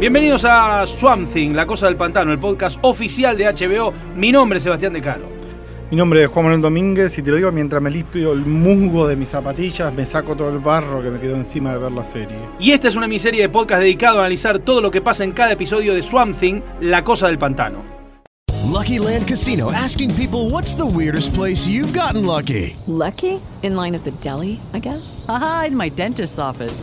Bienvenidos a Swamp Thing, la cosa del pantano, el podcast oficial de HBO. Mi nombre es Sebastián De Caro. Mi nombre es Juan Manuel Domínguez y te lo digo mientras me limpio el musgo de mis zapatillas, me saco todo el barro que me quedó encima de ver la serie. Y esta es una miniserie de podcast dedicado a analizar todo lo que pasa en cada episodio de Swamp Thing, la cosa del pantano. Lucky Land Casino asking people what's the weirdest place you've gotten lucky? Lucky? In line at the deli, I guess? Aha, in my dentist's office.